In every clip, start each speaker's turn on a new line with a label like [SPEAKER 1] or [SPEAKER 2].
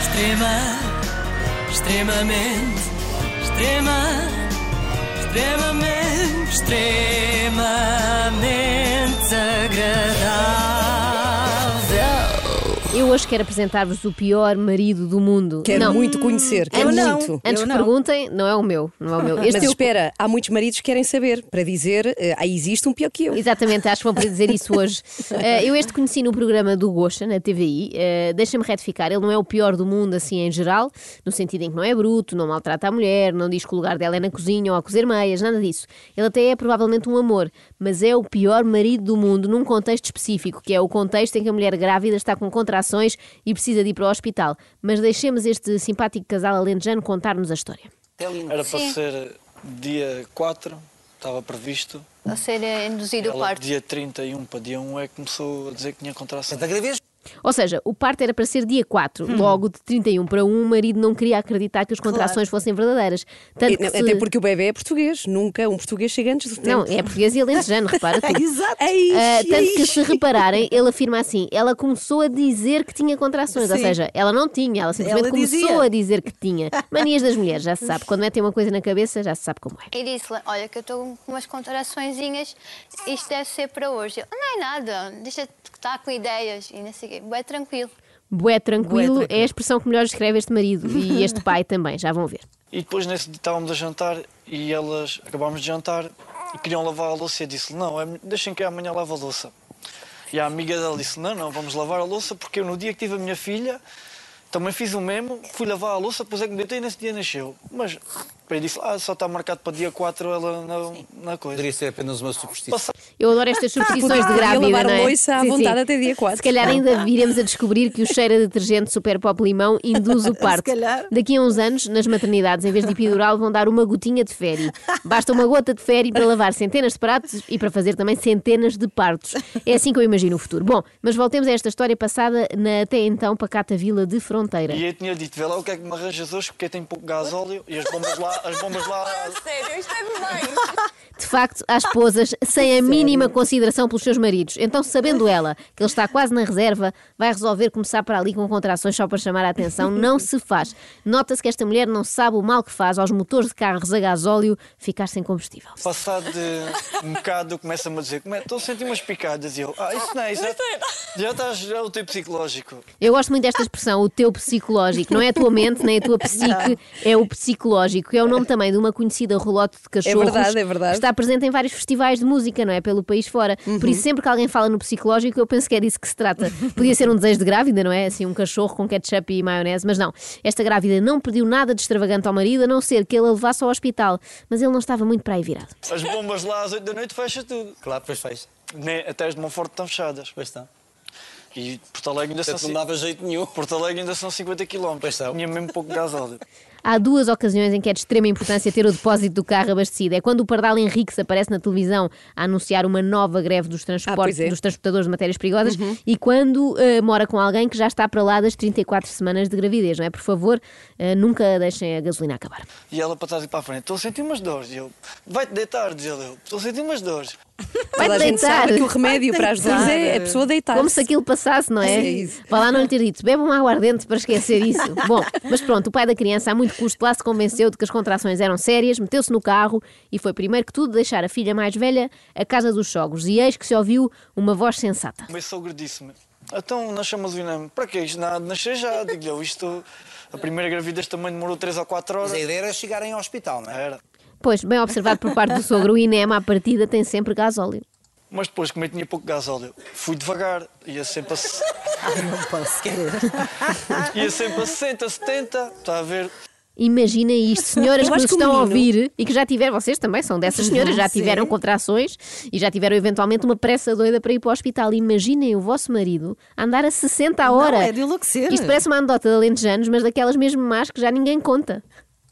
[SPEAKER 1] Extrema, extremamente, extrema, extremamente, extremamente agradável.
[SPEAKER 2] Eu hoje quero apresentar-vos o pior marido do mundo.
[SPEAKER 3] Quero
[SPEAKER 2] não, É
[SPEAKER 3] muito conhecer, quero
[SPEAKER 2] antes,
[SPEAKER 3] muito.
[SPEAKER 2] Antes
[SPEAKER 4] Eu
[SPEAKER 2] que
[SPEAKER 4] não.
[SPEAKER 2] perguntem, não é o meu, não é o meu. Este
[SPEAKER 3] Mas
[SPEAKER 2] eu-
[SPEAKER 3] espera, há muitos maridos que querem saber para dizer, eh, ah, existe um pior que eu.
[SPEAKER 2] Exatamente, acho que vão poder dizer isso hoje. Eh, eu este conheci no programa do Gosha, na TVI. Eh, Deixa-me retificar, ele não é o pior do mundo, assim em geral, no sentido em que não é bruto, não maltrata a mulher, não diz que o lugar dela é na cozinha ou a cozer meias, nada disso. Ele até é provavelmente um amor, mas é o pior marido do mundo num contexto específico, que é o contexto em que a mulher grávida está com contrações e precisa de ir para o hospital. Mas deixemos este simpático casal alentejano contar-nos a história.
[SPEAKER 5] Era para
[SPEAKER 4] Sim.
[SPEAKER 5] ser dia 4, estava previsto.
[SPEAKER 4] a ser eh, induzido ao
[SPEAKER 5] Ela,
[SPEAKER 4] parto.
[SPEAKER 5] dia 31 para dia 1 é que começou a dizer que tinha contração.
[SPEAKER 2] Ou seja, o parto era para ser dia 4,
[SPEAKER 3] Uhum.
[SPEAKER 2] logo de 31 para 1, o marido não queria acreditar que as contrações fossem verdadeiras. Tanto
[SPEAKER 3] E,
[SPEAKER 2] que
[SPEAKER 3] não,
[SPEAKER 2] se-
[SPEAKER 3] Até porque o bebê é português, nunca um português chega antes do tempo.
[SPEAKER 2] Não, é português e alentejano, repara tu. Ah,
[SPEAKER 3] Exato. É isso, é
[SPEAKER 2] tanto que
[SPEAKER 3] isso.
[SPEAKER 2] se repararem, ele afirma assim: ela começou a dizer que tinha contrações, ou
[SPEAKER 4] Sim.
[SPEAKER 2] seja, ela não tinha, ela simplesmente
[SPEAKER 4] Ela
[SPEAKER 2] começou
[SPEAKER 4] dizia.
[SPEAKER 2] a dizer que tinha. Manias das mulheres, já se sabe. Quando metem uma coisa na cabeça, já se sabe como é.
[SPEAKER 4] E disse-lhe, olha que eu estou com umas contraçõezinhas, isto deve ser para hoje. Eu, não é nada, deixa-te estar com ideias e não sei o quê. Bué tranquilo.
[SPEAKER 2] Bué tranquilo,
[SPEAKER 3] Bué
[SPEAKER 2] é a expressão que melhor descreve este marido e este pai também, já vão ver.
[SPEAKER 5] E depois nesse dia estávamos a jantar e elas acabámos de jantar e queriam lavar a louça. E eu disse: Não, é- deixem que eu amanhã lavo a louça. E a amiga dela disse: Não, não, vamos lavar a louça porque eu no dia que tive a minha filha também fiz o mesmo. Fui lavar a louça, pois é que me deitei e nesse dia nasceu. Mas eu disse: Ah, só está marcado para dia 4 ela na, na coisa.
[SPEAKER 6] Poderia ser apenas uma superstição.
[SPEAKER 5] Passa-
[SPEAKER 2] Eu adoro estas superstições de
[SPEAKER 3] Podia
[SPEAKER 2] grávida,
[SPEAKER 3] Ah, lavar
[SPEAKER 2] não é?
[SPEAKER 3] louça à vontade até dia quatro.
[SPEAKER 2] Se calhar ainda viremos a descobrir que o cheiro a detergente Super Pop Limão induz o parto.
[SPEAKER 4] calhar.
[SPEAKER 2] Daqui a uns anos, nas maternidades, em vez de epidural, vão dar uma gotinha de féri. Basta uma gota de féri para lavar centenas de pratos e para fazer também centenas de partos. É assim que eu imagino o futuro. Bom, mas voltemos a esta história passada na até então pacata vila de Fronteira.
[SPEAKER 5] E eu tinha dito, vê lá o que é que me arranjas hoje, porque tem pouco gás óleo e as bombas lá, as bombas lá.
[SPEAKER 2] De facto, às esposas, sem a mínima consideração pelos seus maridos. Então, sabendo ela que ele está quase na reserva, vai resolver começar para ali com contrações só para chamar a atenção. Não se faz. Nota-se que esta mulher não sabe o mal que faz aos motores de carros a gasóleo ficar sem combustível.
[SPEAKER 5] Passado de um bocado começa-me a dizer, "Como é? estou a sentir umas picadas e eu, ah, isso não é, isso é, já estás, já é o teu psicológico.
[SPEAKER 2] Eu gosto muito desta expressão, o teu psicológico. Não é a tua mente, nem a tua psique, é o psicológico. É o nome também de uma conhecida rolote de cachorros.
[SPEAKER 3] verdade, é verdade.
[SPEAKER 2] que Está presente em vários festivais de música, não é? Pelo país fora. Por
[SPEAKER 3] Uhum.
[SPEAKER 2] isso, sempre que alguém fala no psicológico, eu penso que é disso que se trata. Podia ser um desejo de grávida, não é? Assim, um cachorro com ketchup e maionese, mas não. Esta grávida não pediu nada de extravagante ao marido, a não ser que ele a levasse ao hospital. Mas ele não estava muito para aí virado.
[SPEAKER 5] As bombas lá às 8 da noite fecha tudo.
[SPEAKER 6] Claro, depois fez.
[SPEAKER 5] Nem, até as de Monforte estão fechadas.
[SPEAKER 6] Pois está.
[SPEAKER 5] E Porto Alegre ainda são,
[SPEAKER 6] Portanto, não
[SPEAKER 5] ci-
[SPEAKER 6] dava jeito nenhum.
[SPEAKER 5] Porto Alegre ainda são 50 km.
[SPEAKER 6] Pois são.
[SPEAKER 5] Tinha mesmo pouco gás óleo.
[SPEAKER 2] Há duas ocasiões em que é de extrema importância ter o depósito do carro abastecido. É quando o Pardal Henriques aparece na televisão a anunciar uma nova greve dos,
[SPEAKER 3] Ah, pois
[SPEAKER 2] transportes,
[SPEAKER 3] é. Uhum.
[SPEAKER 2] dos transportadores de matérias perigosas e quando eh, mora com alguém que já está para lá das 34 semanas de gravidez, não é? Por favor, eh, nunca deixem a gasolina acabar.
[SPEAKER 5] E ela para trás e para a frente, estou a sentir umas dores. E eu, vai-te deitar, diz ele, eu, estou a sentir umas dores.
[SPEAKER 3] Toda a
[SPEAKER 2] Vai-te
[SPEAKER 3] gente
[SPEAKER 2] deitar.
[SPEAKER 3] sabe que o remédio para as dores é a pessoa deitar.
[SPEAKER 2] Como se aquilo passasse, não é?
[SPEAKER 3] É isso.
[SPEAKER 2] Vá lá não lhe ter dito, bebe um aguardente para esquecer isso. Bom, mas pronto, o pai da criança, a muito custo, lá se convenceu de que as contrações eram sérias, meteu-se no carro e foi primeiro que tudo deixar a filha mais velha à casa dos sogros. E eis que se ouviu uma voz sensata.
[SPEAKER 5] O meu sogro disse-me: Então, nós chamas o INAM, para que isto? Nada, nascer já. Digo-lhe: "Eu, Isto, a primeira gravidez também demorou 3 ou 4
[SPEAKER 6] Mas é a
[SPEAKER 5] horas.
[SPEAKER 6] ideia era chegarem ao
[SPEAKER 4] Ah,
[SPEAKER 6] hospital, não é?
[SPEAKER 5] Era.
[SPEAKER 2] Pois, bem observado por parte do sogro, o INEMA à partida tem sempre gasóleo.
[SPEAKER 5] Mas depois, como eu tinha pouco gás óleo, fui devagar, ia sempre a, se- ia sempre a 60, 70, está a ver?
[SPEAKER 2] Imagina isto, senhoras
[SPEAKER 3] Eu
[SPEAKER 2] que
[SPEAKER 3] acho
[SPEAKER 2] nos
[SPEAKER 3] que o
[SPEAKER 2] estão a
[SPEAKER 3] menino-
[SPEAKER 2] ouvir e que já tiveram, vocês também são dessas senhoras, já tiveram contrações e já tiveram eventualmente uma pressa doida para ir para o hospital. Imaginem o vosso marido a andar a 60 a hora.
[SPEAKER 7] é de enlouquecer.
[SPEAKER 2] Isto parece uma anedota de alentejanos, mas daquelas mesmo más que já ninguém conta.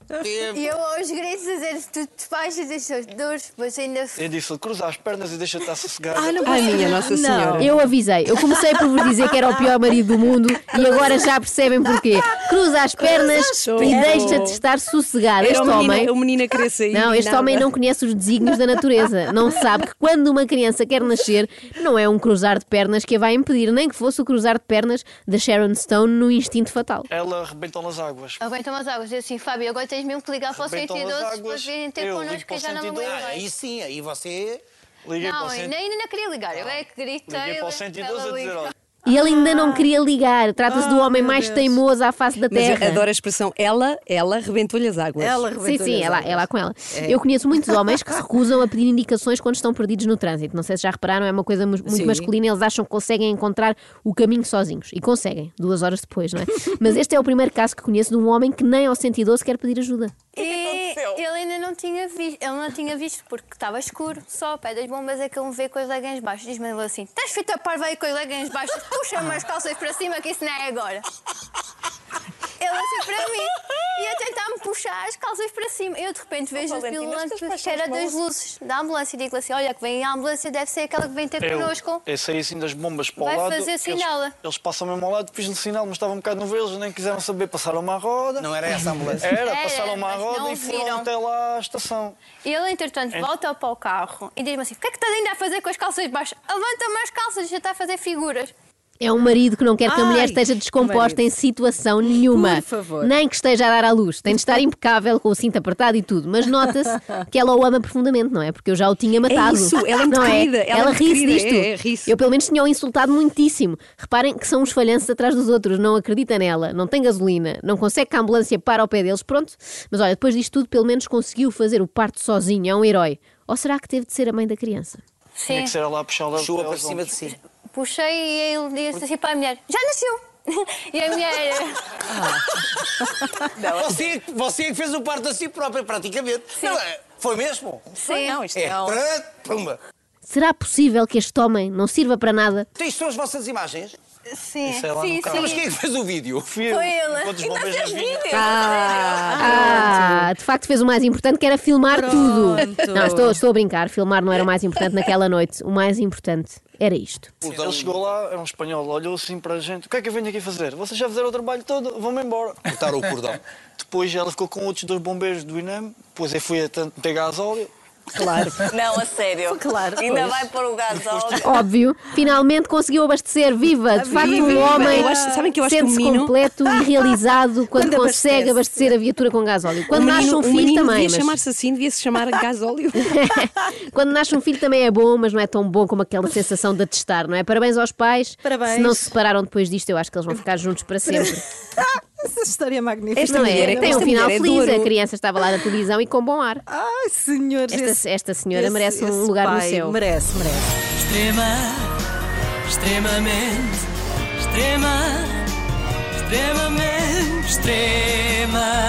[SPEAKER 6] Teve.
[SPEAKER 4] E eu aos gritos a dizer, tu te baixas as suas dores, mas ainda
[SPEAKER 5] Eu disse-lhe, cruza as pernas e deixa-te estar sossegada.
[SPEAKER 3] Ai, Ah, não posso. minha Nossa Senhora.
[SPEAKER 2] Eu avisei, eu comecei por vos dizer que era o pior marido do mundo e agora já percebem porquê. Cruza as pernas
[SPEAKER 3] as
[SPEAKER 2] e
[SPEAKER 3] pernas.
[SPEAKER 2] deixa-te estar sossegado.
[SPEAKER 3] Era
[SPEAKER 2] Este
[SPEAKER 3] o menino, um
[SPEAKER 2] homem.
[SPEAKER 3] o menino a querer sair.
[SPEAKER 2] Não, este
[SPEAKER 3] nada.
[SPEAKER 2] homem não conhece os desígnios da natureza. Não sabe que quando uma criança quer nascer, não é um cruzar de pernas que a vai impedir, nem que fosse o cruzar de pernas da Sharon Stone no Instinto Fatal.
[SPEAKER 5] Ela arrebentou nas águas.
[SPEAKER 4] aguentam as águas. Eu assim, Fábio, agora tens mesmo que ligar para o
[SPEAKER 5] Arrebentam as
[SPEAKER 4] 112 para
[SPEAKER 5] águas,
[SPEAKER 4] virem ter
[SPEAKER 5] eu ligo
[SPEAKER 4] connosco, que
[SPEAKER 5] para
[SPEAKER 4] eu
[SPEAKER 5] o
[SPEAKER 4] já não me aguento.
[SPEAKER 5] 112.
[SPEAKER 6] Ah,
[SPEAKER 4] mais.
[SPEAKER 6] aí sim, aí você.
[SPEAKER 5] Liguei para
[SPEAKER 4] Não,
[SPEAKER 5] o
[SPEAKER 4] nem,
[SPEAKER 5] 112.
[SPEAKER 4] nem ainda queria ligar. Eu é que gritei.
[SPEAKER 5] Liguei para o
[SPEAKER 4] ela
[SPEAKER 5] 112 a dizer,
[SPEAKER 4] ligou.
[SPEAKER 5] olha,
[SPEAKER 2] E ele ainda não queria ligar. Trata-se do homem mais teimoso à face da
[SPEAKER 3] Mas eu
[SPEAKER 2] Terra.
[SPEAKER 3] adoro a expressão ela, ela rebentou-lhe as águas.
[SPEAKER 7] Ela
[SPEAKER 2] Sim,
[SPEAKER 7] rebentou-lhe
[SPEAKER 2] sim,
[SPEAKER 7] as
[SPEAKER 2] é lá,
[SPEAKER 7] águas.
[SPEAKER 2] é lá com ela. Eu conheço muitos homens que se recusam a pedir indicações quando estão perdidos no trânsito. Não sei se já repararam, é uma coisa mu- muito
[SPEAKER 7] Sim.
[SPEAKER 2] masculina, eles acham que conseguem encontrar o caminho sozinhos. E conseguem, duas horas depois, não é? Mas este é o primeiro caso que conheço de um homem que nem ao 112 quer pedir ajuda.
[SPEAKER 5] é
[SPEAKER 4] E ele ainda não tinha visto, ele não tinha visto porque estava escuro, só ao pé das bombas é que ele me vê com as leggings baixas. Diz-me ele assim: estás feita parva aí com as leggings baixas,
[SPEAKER 5] Ah.
[SPEAKER 4] puxa-me as calças para cima que isso não é agora. Ele assim para mim e a tentar-me puxar as calças para cima. Eu de repente vejo o
[SPEAKER 7] estas
[SPEAKER 4] piloto que
[SPEAKER 7] paixões
[SPEAKER 4] era das luzes da ambulância e digo assim: olha que vem a ambulância, deve ser aquela que vem ter
[SPEAKER 5] eu,
[SPEAKER 4] connosco.
[SPEAKER 5] eu saí assim das bombas para
[SPEAKER 4] Vai
[SPEAKER 5] o lado.
[SPEAKER 4] fazer
[SPEAKER 5] eles-
[SPEAKER 4] sinal.
[SPEAKER 5] Eles, passam mesmo ao lado, fiz-lhe sinal, mas estava um bocado no ver, eles nem quiseram saber, passaram uma roda.
[SPEAKER 6] Não é era essa a ambulância.
[SPEAKER 5] Era,
[SPEAKER 4] Era,
[SPEAKER 5] passaram uma
[SPEAKER 4] mas
[SPEAKER 5] roda
[SPEAKER 4] não
[SPEAKER 5] e foram
[SPEAKER 4] viram.
[SPEAKER 5] até lá à estação.
[SPEAKER 4] E ele,
[SPEAKER 5] é-
[SPEAKER 4] entretanto, volta para o carro e diz-me assim: o que é que estás ainda a fazer com as calças baixas? Levanta-me as calças, já está a fazer figuras.
[SPEAKER 2] É um marido que não quer que a
[SPEAKER 7] Ai,
[SPEAKER 2] mulher esteja descomposta
[SPEAKER 7] marido.
[SPEAKER 2] em situação nenhuma.
[SPEAKER 7] Por favor.
[SPEAKER 2] Nem que esteja a dar à luz. Tem de estar impecável com o cinto apertado e tudo. Mas nota-se que ela o ama profundamente, não é? Porque eu já o tinha matado.
[SPEAKER 3] isso, ela é muito
[SPEAKER 2] não
[SPEAKER 3] querida,
[SPEAKER 2] É?
[SPEAKER 3] ela é
[SPEAKER 2] Ela,
[SPEAKER 3] muito
[SPEAKER 2] ri-se
[SPEAKER 3] querida,
[SPEAKER 2] disto.
[SPEAKER 3] é, é, ri-se.
[SPEAKER 2] eu pelo menos tinha o insultado muitíssimo. Reparem que são uns falhanços atrás dos outros. Não acredita nela, não tem gasolina, não consegue que a ambulância pare ao pé deles. Pronto. Mas olha, depois disto tudo, pelo menos conseguiu fazer o parto sozinho. É um herói. Ou será que teve de ser a mãe da criança?
[SPEAKER 5] Tinha
[SPEAKER 4] Sim.
[SPEAKER 5] que ser ela a puxá-la.
[SPEAKER 4] É.
[SPEAKER 6] Chua para
[SPEAKER 5] aos
[SPEAKER 6] cima
[SPEAKER 5] ombros.
[SPEAKER 6] de si.
[SPEAKER 4] Puxei e ele disse assim para a mulher: já nasceu! E a mulher,
[SPEAKER 6] Você, você é que fez o parto a si própria, praticamente. Não, é- foi mesmo?
[SPEAKER 4] sim,
[SPEAKER 7] Não, isto um-
[SPEAKER 6] É.
[SPEAKER 7] não.
[SPEAKER 6] Tã, Pumba.
[SPEAKER 2] Será possível que este homem não sirva para nada?
[SPEAKER 6] Isto são as vossas imagens?
[SPEAKER 4] sim,
[SPEAKER 5] Isso é lá no
[SPEAKER 4] sim,
[SPEAKER 5] carro.
[SPEAKER 6] Mas
[SPEAKER 4] sim.
[SPEAKER 6] quem é que fez o vídeo?
[SPEAKER 5] Fui eu,
[SPEAKER 4] Foi ela.
[SPEAKER 5] enquanto os
[SPEAKER 4] E
[SPEAKER 5] bombeiros
[SPEAKER 4] vocês
[SPEAKER 5] não vinham.
[SPEAKER 4] viram?
[SPEAKER 2] Ah, de facto fez o mais importante que era filmar tudo.
[SPEAKER 7] Pronto.
[SPEAKER 2] Não, estou, estou a brincar, filmar não era o mais importante naquela noite. O mais importante era isto.
[SPEAKER 5] Ele chegou lá, era um espanhol, olhou assim para a gente: o que é que eu venho aqui fazer? Vocês já fizeram o trabalho todo, vão-me embora.
[SPEAKER 6] Cortaram o cordão.
[SPEAKER 5] Depois ela ficou com outros dois bombeiros do INAM, depois eu fui a tanto meter gás óleo.
[SPEAKER 7] Claro.
[SPEAKER 8] Não, a sério.
[SPEAKER 7] Claro,
[SPEAKER 8] Ainda
[SPEAKER 7] pois.
[SPEAKER 8] vai pôr o gás óleo.
[SPEAKER 2] Óbvio, finalmente conseguiu abastecer. Viva! De facto, um homem
[SPEAKER 3] Eu acho- sabem que eu acho que o
[SPEAKER 2] sente-se
[SPEAKER 3] menino-
[SPEAKER 2] completo e realizado quando,
[SPEAKER 3] Quando
[SPEAKER 2] consegue
[SPEAKER 3] abastece.
[SPEAKER 2] abastecer a viatura com gás óleo. Quando
[SPEAKER 3] O menino-
[SPEAKER 2] nasce um
[SPEAKER 3] o
[SPEAKER 2] filho
[SPEAKER 3] menino
[SPEAKER 2] também.
[SPEAKER 3] devia
[SPEAKER 2] mas-
[SPEAKER 3] chamar-se assim, devia-se chamar gasóleo.
[SPEAKER 2] Quando nasce um filho também é bom, mas não é tão bom como aquela sensação de atestar, não é? Parabéns aos pais.
[SPEAKER 7] Parabéns.
[SPEAKER 2] Se não se separaram depois disto, eu acho que eles vão ficar juntos para sempre.
[SPEAKER 7] Essa história é magnífica.
[SPEAKER 3] Esta
[SPEAKER 2] não
[SPEAKER 3] mulher
[SPEAKER 2] é?
[SPEAKER 3] é-
[SPEAKER 2] Tem um
[SPEAKER 3] esta
[SPEAKER 2] final
[SPEAKER 3] mulher é de
[SPEAKER 2] feliz.
[SPEAKER 3] ouro.
[SPEAKER 2] A criança estava lá na televisão e com bom ar.
[SPEAKER 7] Ai, senhores.
[SPEAKER 2] Esta,
[SPEAKER 7] esse-
[SPEAKER 2] esta senhora
[SPEAKER 7] esse-
[SPEAKER 2] merece um
[SPEAKER 7] esse
[SPEAKER 2] lugar no
[SPEAKER 7] pai
[SPEAKER 2] céu.
[SPEAKER 7] Merece, merece.
[SPEAKER 1] Extrema, extremamente, extrema, extremamente, extrema.